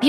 美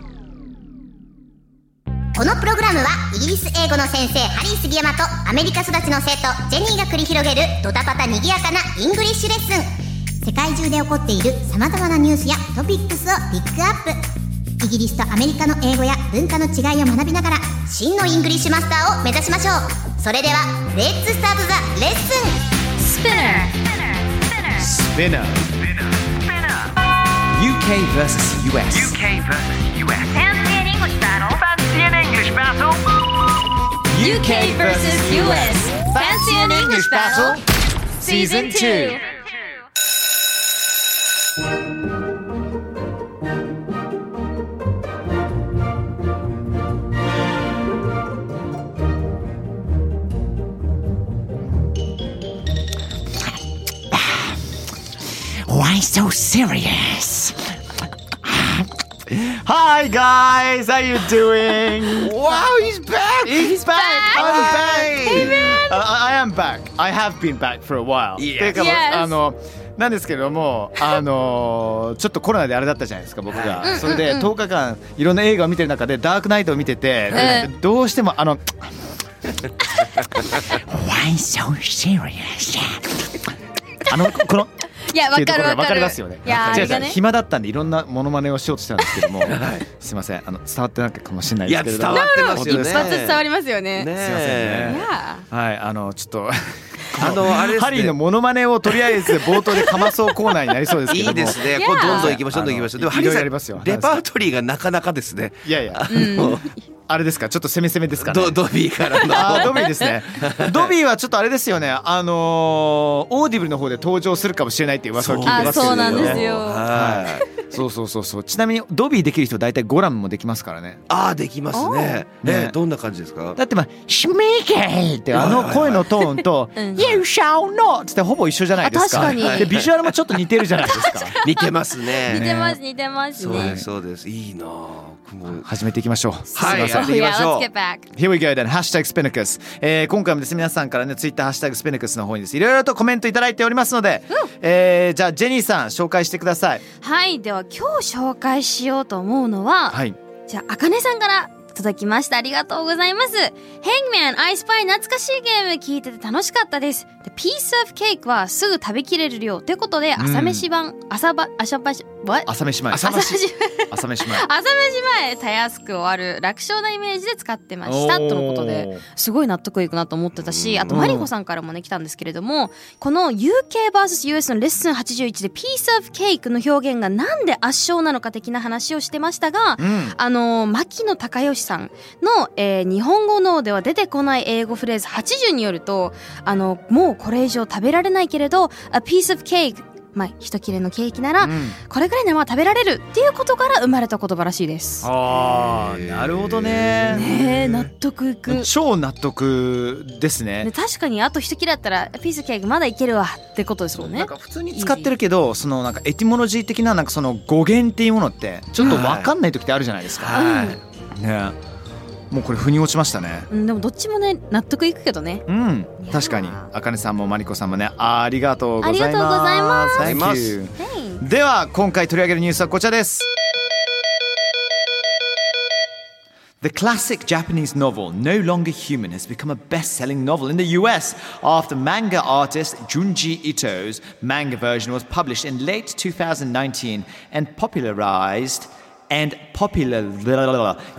このプログラムはイギリス英語の先生ハリー杉山とアメリカ育ちの生徒ジェニーが繰り広げるドタパタにぎやかなイングリッシュレッスン世界中で起こっている様々なニュースやトピックスをピックアップイギリスとアメリカの英語や文化の違いを学びながら真のイングリッシュマスターを目指しましょうそれではレッツスタートザレッスン Spinner. UK versus US. UK versus US. Fancy an English battle. Fancy an English battle. UK versus US. Fancy an English battle? Season 2. Why so serious? Hi guys, how you doing? wow, he's back. He's back. I'm back. Uh, I am back. I have been back for a while. てかあのなんですけども、あの ちょっとコロナであれだったじゃないですか、僕が。それで10日間いろんな映画を見てる中でダークナイトを見てて、どうしてもあ の Why so serious? あのこのいや、っわていうとかこるろが分わかかる。りますよね。い違や、あうれ違がうね。暇だったんでいろんなモノマネをしようとしたんですけども、 すいませんあの伝わってないかもしれないですけれどもいや伝わってますよね本当です一か発伝わりますよねね。すいませんいね。やはいあのちょっと。 あのあれですねハリーのモノマネをとりあえず冒頭でかまそうコーナーになりそうですけどもいいですね。やこうどんどん行きましょう、どんどん行きましょう。でもハあのリーいろいろありますさよん、レパートリーがなかなかですね。いやいや、あれですかちょっと攻め攻めですかねドドビーから の。あードビーで すねドビーはちょっとあれですよねあのーオーディブルの方で登場するかもしれないっていう噂を聞いてますけれどもあそうなんですよははい、そうそうそうそうちなみにドビーできる人大体ゴラムもできますからねい。ああできますね。ねねどんな感じですか。だってまあ「シュメーケー」ってあの声のトーン と「You shall not」ってほぼ一緒じゃないですかあ確かにでビジュアルもちょっと似てるじゃないですか似てますー似ね。てます、似てますそうねで。すそうです。いいなあ。僕も始めていきましょうはいやっていき Yeah, ましょ let's う get。back. Here we go then, hashtag spinnacus、えー今回もですね皆さんからねツイッターハッシュタグスピナクスの方にですいろいろとコメントいただいておりますので、えーじゃあジェニーさん紹介してくださいはい、では今日紹介しようと思うのは、はいじゃあ、あかねさんから届きました。ありがとうございます。Hangman, I Spy 懐かしいゲーム聞いてて楽しかったです。で Piece of Cake はすぐ食べきれる量ってことで、朝飯版、朝ば、朝ば、what? 朝飯前朝飯朝飯前朝飯前たやすく終わる楽勝なイメージで使ってましたとのことですごい納得いくなと思ってたしあとマリコさんからもね来たんですけれどもこの UKVSUS のレッスン81で「Piece of Cake」の表現がなんで圧勝なのか的な話をしてましたが、うんあのー牧野隆義さんの、えー日本語のでは出てこない英語フレーズ80によるとあのもうこれ以上食べられないけれど「A piece of cake」まあ一切れのケーキなら、うんこれぐらいのは食べられるっていうことから生まれた言葉らしいです。ああなるほどねねえ納得いく。ね超納得ですね確かにあと一切れだったらピースケーキまだいけるわってことですもんなんね。か普通に使ってるけどそのなんかエティモロジー的ななんかその語源っていうものってちょっと分かんない時ってあるじゃないですか、はい。ねもうこれ腑に落ちましたねうんでもどっちもね納得いくけどね。うん確かにあかねさんもまりこさんもねありがとうございますありがとうございますありがとうござい Thank you では今回取り上げるニュースはこちらです The classic Japanese novel No Longer Human has become a best-selling novel in the US after manga artist Junji Ito's manga version was published in late 2019 and popularized and popular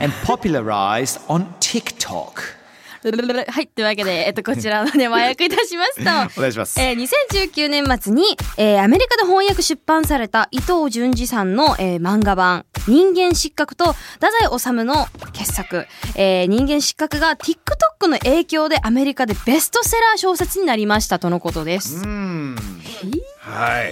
and popularized on TikTok. はいというわけで、えっと、こちらのね和訳いたしますとお願いしますえー2019年末に、えーアメリカで翻訳出版された伊藤潤二さんの、えー漫画版「人間失格」と太宰治の傑作「えー人間失格」が TikTok の影響でアメリカでベストセラー小説になりましたとのことです。うんは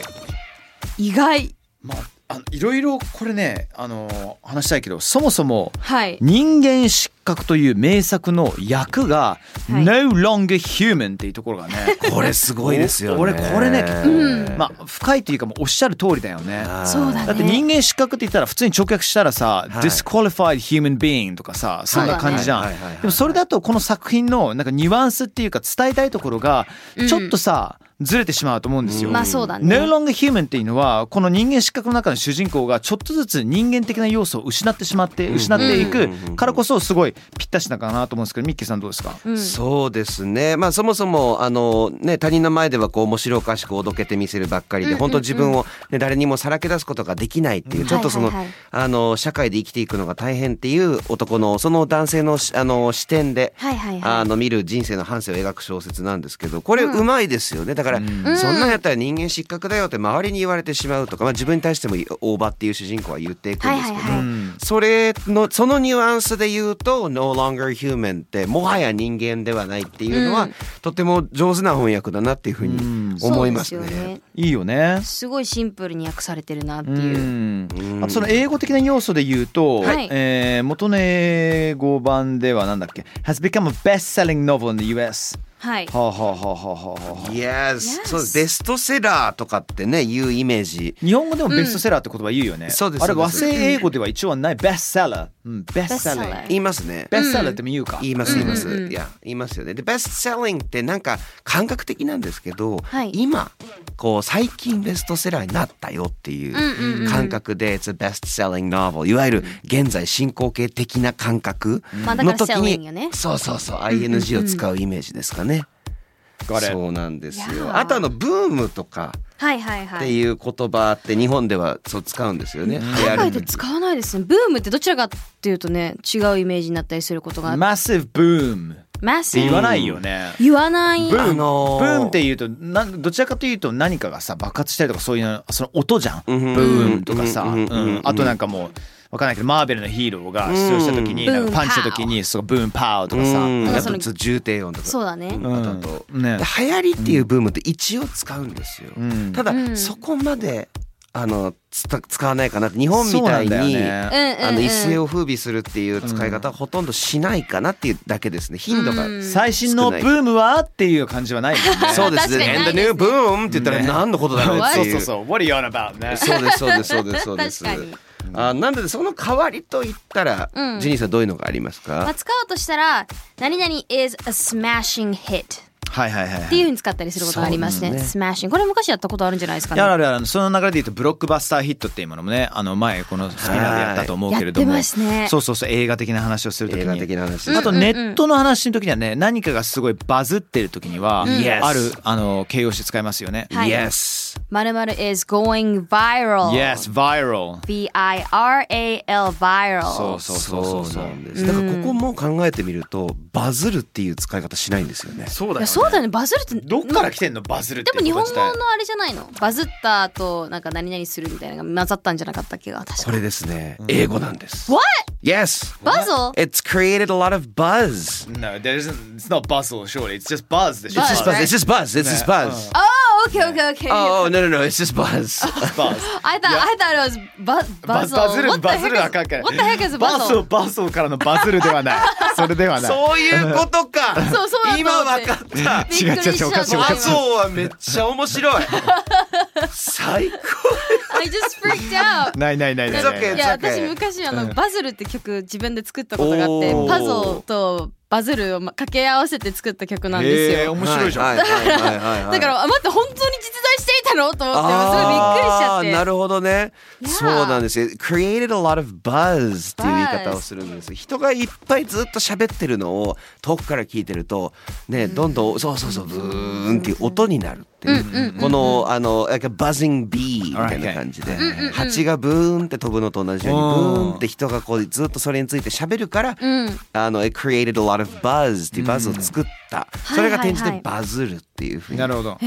い。意外 まああのいろいろこれねあの話したいけどそもそもはい人間失格という名作の役が「はい No longer human」っていうとこ ろがねこれすごいですよね。お俺これね結うんまあ深いというかもうおっしゃる通りだよね。あーそうだねだって人間失格って言ったら普通に直訳したらさ「はい disqualified human being」とかさそんな感じじゃん。はいはいはいはいでもそれだとこの作品のなんかニュアンスっていうか伝えたいところがうんちょっとさ、ずれてしまうと思うんですよ。まあそうだ No ね longer human っていうのはこの人間失格の中の主人公がちょっとずつ人間的な要素を失ってしまってうん失っていくうんからこそすごいぴったしなのかなと思うんですけどミッキーさんどうですかうんそうですね、まあ、そもそもあの、ね、他人の前ではこう面白おかしくおどけて見せるばっかりで、うんうんうん本当自分を、ね、誰にもさらけ出すことができないっていう、ちょっとその,、はいはいはいあの社会で生きていくのが大変っていう男のその男性のしあの視点で、はいはいあはの見る人生の反省を描く小説なんですけどこれうまいですよねだから、うんそんなんやったら人間失格だよって周りに言われてしまうとか、まあ、自分に対しても大場っていう主人公は言っていくんですけど、はいはいはいそれのそのニュアンスで言うと「No longer human」ってもはや人間ではないっていうのは、うんとても上手な翻訳だなっていうふうにい思いますそうね。ですよねいいよね。すごいシンプルに訳されてるなってういうんうんあとその英語的な要素で言うと、はいえー元の英語版ではなんだっけ Has become a best-selling novel in the US はいはあはあはあはあはあはあ Yes. Yes そうですベストセラーとかってねいうイメージ日本語でもベストセラーって言葉言うよね、んそうですあれそう和です製英語では一応はないベストセラー、うん、ベストセラ bestseller ー言いますね。ベストセラーっても言うか、言います言います、うんうんうんいや言いますよねでベストセラーってなんか感覚的なんですけど、はい今こう最近ベストセラーになったよってうんうんいうんう感覚で、It's a best-selling novel いわゆる現在進行形的な感覚まあだからの時 selling に、よねそうそうそう ing を使うイメージですかね、 Got it そうなんですいやよーあとあのブームとかはいはいはっいていう言葉って日本ではそう使うんですよね、流行海る外で使わないですねブームってどちらかっていうとね違うイメージになったりすることがマッシブブームってマス言わないよね、言わないブーム、あのーブームっていうとなんどちらかというと何かがさ爆発したりとかそういうのその音じゃん、うんうんブームとかさ、うんうんうんうんあとなんかもうわかんないけどマーベルのヒーローが出場した時に、うんなんかパンチした時にそうブームパワーとかさ、うんなんかあそのとそう重低音とかそうだねうんあとあと、ねで流行りっていうブームって一応使うんですよ、うんただ、うんそこまであのつた使わないかなって日本みたいそうなんに、だよねうんうん、うん、あの一世を風靡するっていう使い方はほとんどしないかなっていうだけですね頻度が、うん最新のブームはっていう感じはないもんねそうです確ねかに And the new boom って言ったらね何のことだろうってそういそううそう What are you on about ねそうですそうですそうですそうです確かにあなのでその代わりと言ったら、うんジェニーさんどういうのがありますか、まあ、使おうとしたら何々 is a smashing hit はいはいはいっていうふうに使ったりすることがありますねそうで smashing これ昔やったことあるんじゃないですかいやあねるあるその流れで言うとブロックバスターヒットっていうものもねあの前このスピナーでやったと思うけれども、はいやってますねそうそうそう映画的な話をするとき映に画的な話ですあとネットの話の時にはね何かがすごいバズってる時には、 Yes あるあの形容詞使いますよね。はい Yes まるまる is going viral yes, viral. VIRAL viral そうそうそうそうそう。なんですだからここも考えてみるとバズるっていう使い方しないんですよねそういやそうだよねバズるってどっから来てんのバズるってでも日本語ののあれじゃないのバズった後なんか何々するみたいなのが混ざったんじゃなかったっけが確こかれですね、英語なんです。 What? Yes! バズを It's created a lot of buzz! No, there isn't. It's not bustle, surely. It's just buzz. It's It's just buzz! Buzz, It's just buzz! It's just buzz! Oh okay okay okay Oh, oh, no, no, no, it's just buzz! buzz. I thought I thought it was bu- buzzle バズる What the バ heck ズ is- るはあかんから What the heck is バズ buzzle バズからのバズるでは ないそれではないそういうことかそうそうだと思って今わかったびっくりしちゃ違う違う違うおかしいおバかっしいズはめっちゃ面 白い最高た I just freaked out ないないないないない It's okay. いや私昔あの、バズるって曲自分で作ったことがあっておーパズルとバズるをま掛け合わせて作った曲なんですよ、えー面白いじゃん、はいはいはいはいはいだからあ待って本当に実在していたのと思ってすごいびっくりしちゃっあーてなるほどね。 Yeah そうなんですよ。created a lot of buzz っていう言い方をするんです。人がいっぱいずっと喋ってるのを遠くから聞いてると、ね、どんどん、そうそうそう、ブーンっていう音になるっていう。この、あの、なんか buzzing bee みたいな感じで、蜂がブーンって飛ぶのと同じように、ブーンって人がこうずっとそれについて喋るから、うんあの、it created a lot of buzz っていうバズを作っった、いそれが転じはいはていバズるっていうふうにななっるほど。へ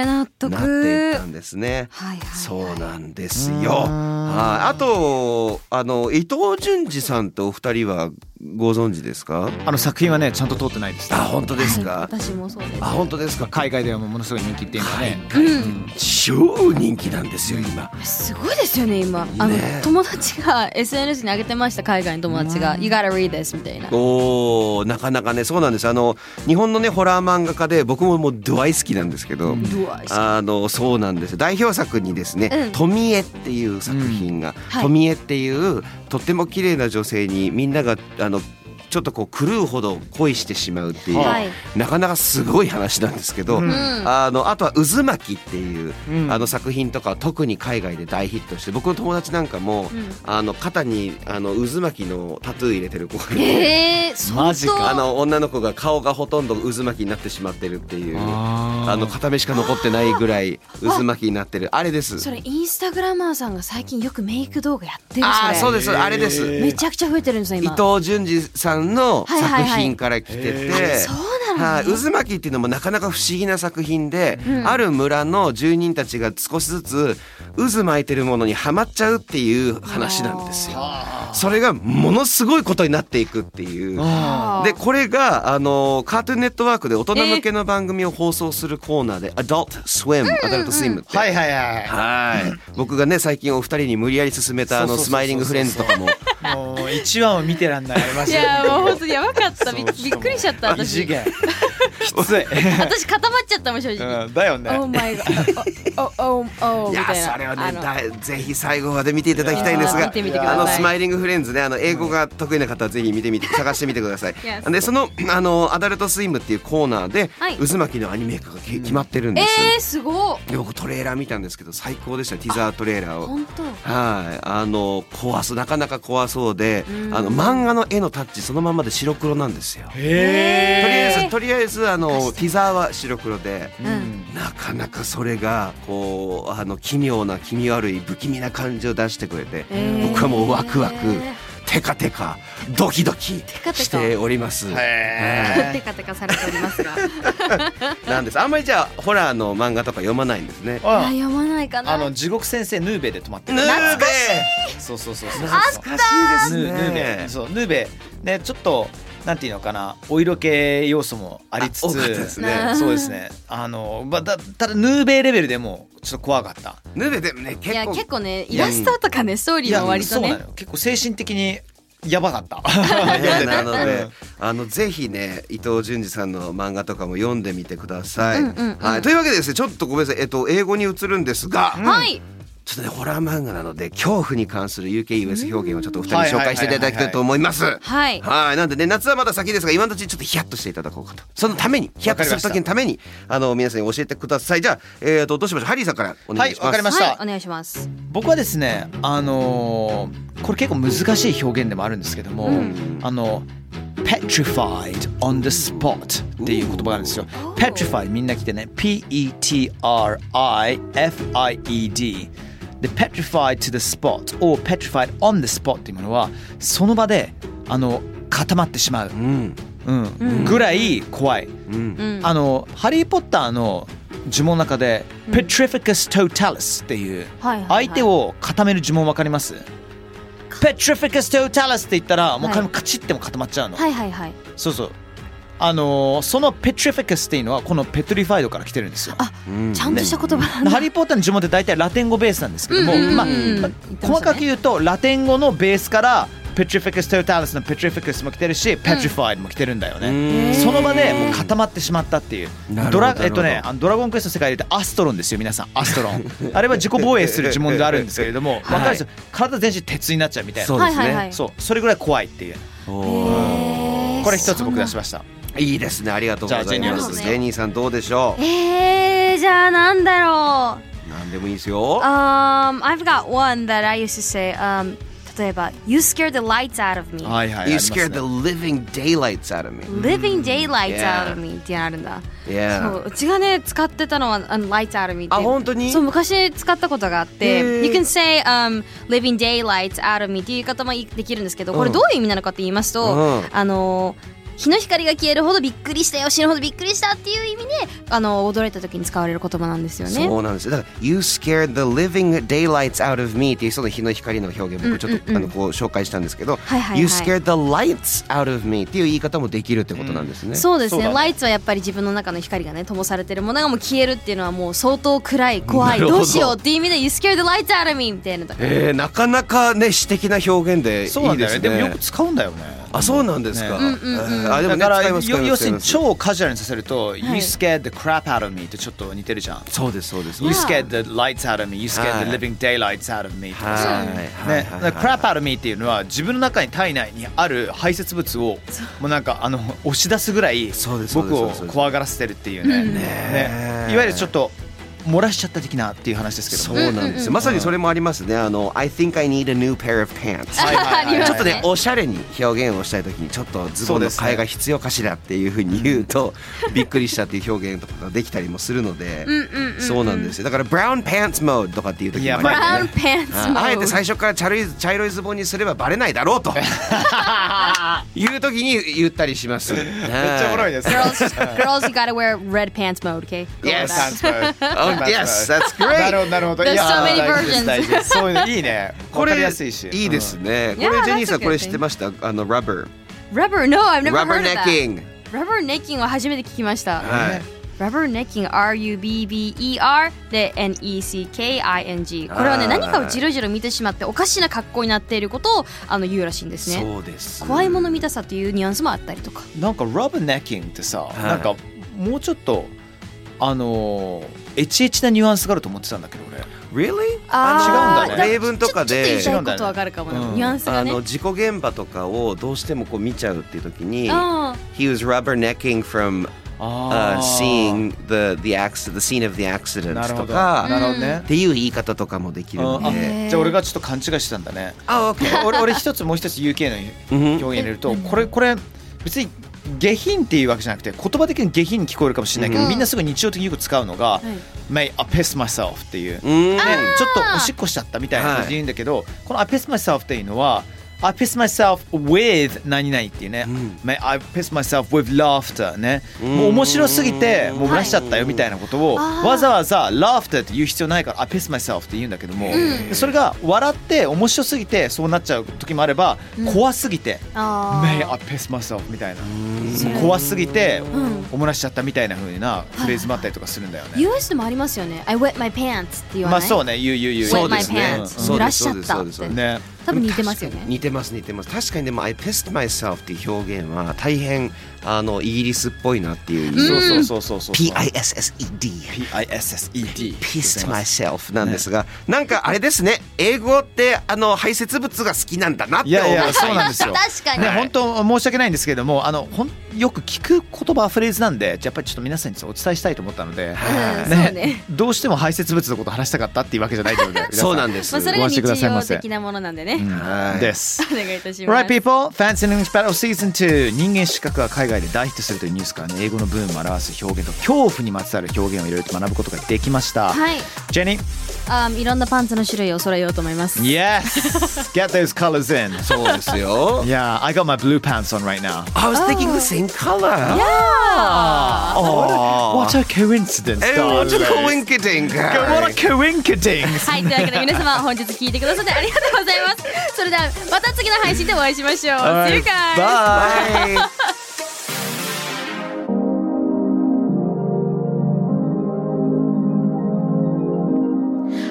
え納得ていったんですね。はいはいはいそうなんですよ。うーんはい、あと、あの伊藤淳二さんとお二人はご存知ですか。あの作品はね、ちゃんと通ってないです。あ、本当ですはいか。私もそうですあ、本当ですか。海外ではもうものすごい人気っていうかね。うん超人気なんですよ、今。すごいですよね今あのね友達が SNS に上げてました海外の友達が「You gotta read this」みたいなおお、なかなかね、そうなんです。あの日本のね、ホラー漫画家で、僕ももうドアイ好きなんですけど。あのそうなんです代表作にですね「うん富江」っていう作品が、はい富江っていうとっても綺麗な女性にみんながあのちょっとこう狂うほど恋してしまうっていう、はいなかなかすごい話なんですけど、うんうんあのあとは「渦巻き」っていう、うんあの作品とかは特に海外で大ヒットして僕の友達なんかも、うんあの肩にあの渦巻きのタトゥー入れてる子がいて。ええ相当マジかあの女の子が顔がほとんど渦巻きになってしまってるっていうあーあの片目しか残ってないぐらい渦巻きになってるあれですそれインスタグラマーさんが最近よくメイク動画やってるああーそそうれですあれですへーめちゃくちゃ増えてるんですよ伊今藤淳二さんのはいはいはい作品から来てて、そうなはのい、渦巻きっていうのもなかなか不思議な作品で、うんある村の住人たちが少しずつ渦巻いてるものにはまっちゃうっていう話なんですよ。それがものすごいことになっていくっていう。あーでこれがあのカートゥーンネットワークで大人向けの番組を放送するコーナーで「Adult Swim」「アダルトスイム」って。はいはいはいはい僕がね最近お二人に無理やり勧めたあそのうそうそうそうスマイリングフレンズとかももう1話を見てらんないありまいすよやもう本当にやばかったびっびっくりしちゃった異次私 元きつい、私固まっちゃったもん正直 うん、だよね Oh my god おおおいみやたいなそれはあねのだいぜひ最後まで見ていただきたいんですいがやー見てみてくだあさいのスマイリングフレンズねあの英語が得意な方はぜひ見てみ て探してみてください Yes でそのあのアダルトスイムっていうコーナーではい渦巻きのアニメ化がけ決まってるんですえーすごっで僕トレーラー見たんですけど最高でしたティザートレーラーを本当はいあの怖そうなかなか怖そうでうんあの漫画の絵のタッチそのままで白黒なんですよとりあえずとりあえずあのティザーは白黒でうんなかなかそれがこうあの奇妙な気味悪い不気味な感じを出してくれて、えー僕はもうワクワクテカテカドキドキカテカしております。テカテカされておりま すがいなんです。あんまりじゃあホラーの漫画とか読まないんですね。やあ読まないかなあの地獄先生ヌーベで泊まってヌーるベそうそうそうそう懐かしいですヌね。ーヌーベそうヌーベねちょっとなんていうのかなお色気要素もありつあ多かったでつすねそうですねあのまあだただヌーベレベルでもちょっと怖かったヌーベでもねい結や構結構ねイラストとかねストーリーは割とそうなねのよ結構精神的にやばかった ねなのうでん、あのぜひね伊藤淳二さんの漫画とかも読んでみてください。うんうんうんはい。というわけでですねちょっとごめんなさいえっと英語に移るんですが。はいちょっとねホラー漫画なので恐怖に関する UKUS 表現をちょっとお二人うんに紹介していただきたいと思います。はいはいなんでね夏はまだ先ですが今のうちにちょっとヒヤッとしていただこうかとそのためにヒヤッとする時のためにあの皆さんに教えてくださいじゃあ、えー、とどうしましょうハリーさんからお願いします。はいわかりましたはいお願いします僕はですねあのーこれ結構難しい表現でもあるんですけども、あの petrified on the spot っていう言葉があるんですよ petrified みんな来てね p-e-t-r-i-f-i-e-d で petrified to the spot or petrified on the spot っていうものはその場であの固まってしまう、うんうんぐらい怖い、うんうんあのハリー・ポッターの呪文の中で、petrificus totalis っていうはいはいはい相手を固める呪文わかります、petrificus totalis って言ったらもうはいカチッても固まっちゃうの、はいはいはいそうそうあのーその petrificus っていうのはこの petrified から来てるんですようんちゃんとした言葉なんだハリー・ポッターの呪文って大体ラテン語ベースなんですけども、うんうんうんまあうんまあ言ってましたね細かく言うとラテン語のベースからペトリフィクス・テルタリスのペトリフィクスも来てるし、ペトリファイドも来てるんだよねその場でもう固まってしまったっていうなるほどドラなるほどえっとねあのドラゴンクエストの世界で言うとアストロンですよ皆さんアスト ロンあれは自己防衛する呪文であるんですけれども、わかるんですよ体全身鉄になっちゃうみたいなそうですね、はいはいはいそうそれぐらい怖いっていうこれ一つ僕出しましたい、いですねありがとうございじゃまあジェニすーさんジェニーさんどうでしょえー、じゃあなんだろううなんでもいいですよ Um, I've got one that I used to say. Um, 例えば、You scared the lights out of me. はいはい You ありますね scared the living daylights out of me Living daylights Yeah. out of me ってあるんだ。 Yeah そううちがね使ってたのはあの lights out of me って。あ本当にそう昔使ったことがあって、You can say、um, living daylights out of me っていう言い方もできるんですけど、これどういう意味なのかって言いますと、うんあのー日の光が消えるほどびっくりしたよ死ぬほどびっくりしたっていう意味であの驚いた時に使われる言葉なんですよねそうなんですよだから「You scared the living daylights out of me」っていうその日の光の表現僕ちょっと、あのこう紹介したんですけどはいはいはい You scared the lights out of me」っていう言い方もできるってことなんですね、そうですねそうだねライツはやっぱり自分の中の光がね灯されてるものがもう消えるっていうのはもう相当暗い怖いなるほどどうしようっていう意味で「You scared the lights out of me」みたいなとかえーなかなかね詩的な表現でいそうないんだでよねすねでもよく使うんだよねあそうなんですか、ねえーあでも、だね、から使いよます使います要するに使いま超カジュアルにさせると「You scared the crap out of me」ってちょっと似てるじゃんすそうですそうです You scared the lights out of me. You scared は the い living daylights out of me. とかはさいねはいはいはいだから crap out of me っていうのは自分の中に体内にある排泄物をもうなんかあの押し出すぐらいそうですそうです僕そうをですそうです怖がらせてるっていうね。えねいわゆるちょっと漏らしちゃった的なっていう話ですけどそも。うなんですよまさにそれもありますねあの「I think I need a new pair of pants」はいはいはいありまちすょっとね、おしゃれに表現をしたいときにちょっとズボンの替えが必要かしらっていうふうに言うとびっくりしたっていう表現とかができたりもするのでそうなんですよだから「ブラウンパンツモード」とかっていう時もありいやまます「ね Brown pants あ mode あえて最初から茶色い茶色いズボンにすればバレないだろう という時に言ったりします。めっちめっちゃおもろいです。 girls, girls, you gotta wear red pants mode, okay? Go Yes. with that. Oh, yes, that's great. なる ほどなるほど。 There's いや so many 大事です versions. 大事ですそういうのい いね。わかりやすいし。いいですね。こうんれ Yeah, ジェニーさん that's a good これ知ってました？あのラバー、 Rubber, no, I've never ラバー heard of ネ that. ッキング。 Rubber necking は初めて聞きました。はい Rubber necking, R-U-B-B-E-R で N-E-C-K-I-N-G。これはね、はい何かをじろじろ見てしまっておかしな格好になっていることをあの言うらしいんですね。うです怖いもの見たさというニュアンスもあったりとか。うん。なんか rub necking ってさ、いなんかもうちょっとあのーエチエチなニュアンスがあると思ってたんだけど俺。 Really? あー違うんだね例文とかでちょちょっと言いたいことわかるかもな、うんニュアンスがあね。の事故現場とかをどうしてもこう見ちゃうっていう時にあ He was rubbernecking from、uh, あ seeing the, the, accident, the scene of the な accident るほとど。なかるほどねっ。ていう言い方とかもできるあんでへーじゃあ俺がちょっと勘違いしてたんだね。あ OK 俺俺一つもう一つ UK のうん表現入れるとこれこれ別に下品っていうわけじゃなくて言葉的に下品に聞こえるかもしれないけど、うんみんなすごい日常的によく使うのが「May I piss myself」っていう、ね、うんちょっとおしっこしちゃったみたいな感じで言うんだけど、この「I piss myself」っていうのは「I piss myself with 何々」っていうね「ん May I piss myself with laughter ね」もう面白すぎてもう漏らしちゃったよみたいなことを、わざわざ「laughter」って言う必要ないから「I piss myself」って言うんだけども、それが笑って面白すぎてそうなっちゃう時もあれば、怖すぎてーあ May ー。 I piss myself みたいな怖すぎて、おもらしちゃったみたいな風なフレーズもあったりとかするんだよね。 US でもありますよね。I wet my pants って言わない。まあそうね、言う言う言でう。 Wet my すね pants そうで濡らすしちゃったそうっですそうてですね。多分似てますよね似てます似てます確かにでも「I pissed myself」っていう表現は大変あのイギリスっぽいなっていう、そうそうそうそうそう。 PISSED PISSED。 pissed myself なんですが、なんかあれですね英語ってあの排泄物が好きなんだなってい思やいや、うそうなんですよ。確かに。ね、本当申し訳ないんですけども、あの、ほん、よく聞く言葉フレーズなんで、やっぱりちょっと皆さんにお伝えしたいと思ったので。うんそうね。どうしても排泄物のこと話したかったっていうわけじ ゃないということで。皆さんそうなんですまあそれごが安日心くださいま常せ的なものなんでうね。はいん です。お願いいたします。 Right people, Fancy English Battle Season 2人間失格が海外で大ヒットするというニュースから、ね、英語のブームを表す表現と恐怖にまつわる表現をいろいろと学ぶことができました、はい。ジェニーあーいろんなパンツの種類を揃えようと思います。 Yes! Get those colors in! そうですよ Yeah, I got my blue pants on right now. I was thinking the same color yeah. Oh, what a coincidence! Oh, what a darling. coincidence What a coincidence! はい、というわけで皆様本日聞いてくださってありがとうございます。それではまた次の配信でお会いしましょう。See you guys! Bye.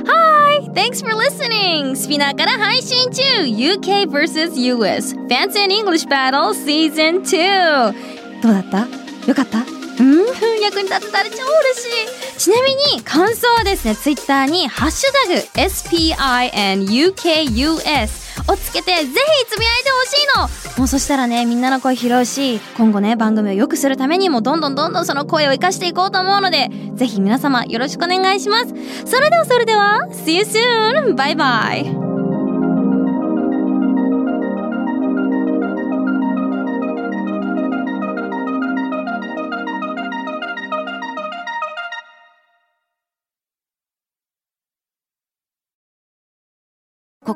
Hi! Thanks for listening! スピナーから配信中 !UK vs.US Fancy and English Battle Season 2! どうだったよかったうん役に立てたら超嬉しいちなみに感想はですね、Twitter にハッシュタグ SPINUKUS をつけてぜひつぶやいてほしいのもうそしたらね、みんなの声拾うし、今後ね、番組を良くするためにもどんどんどんどんその声を生かしていこうと思うので、ぜひ皆様よろしくお願いします。それではそれでは See you soon! バイバイこ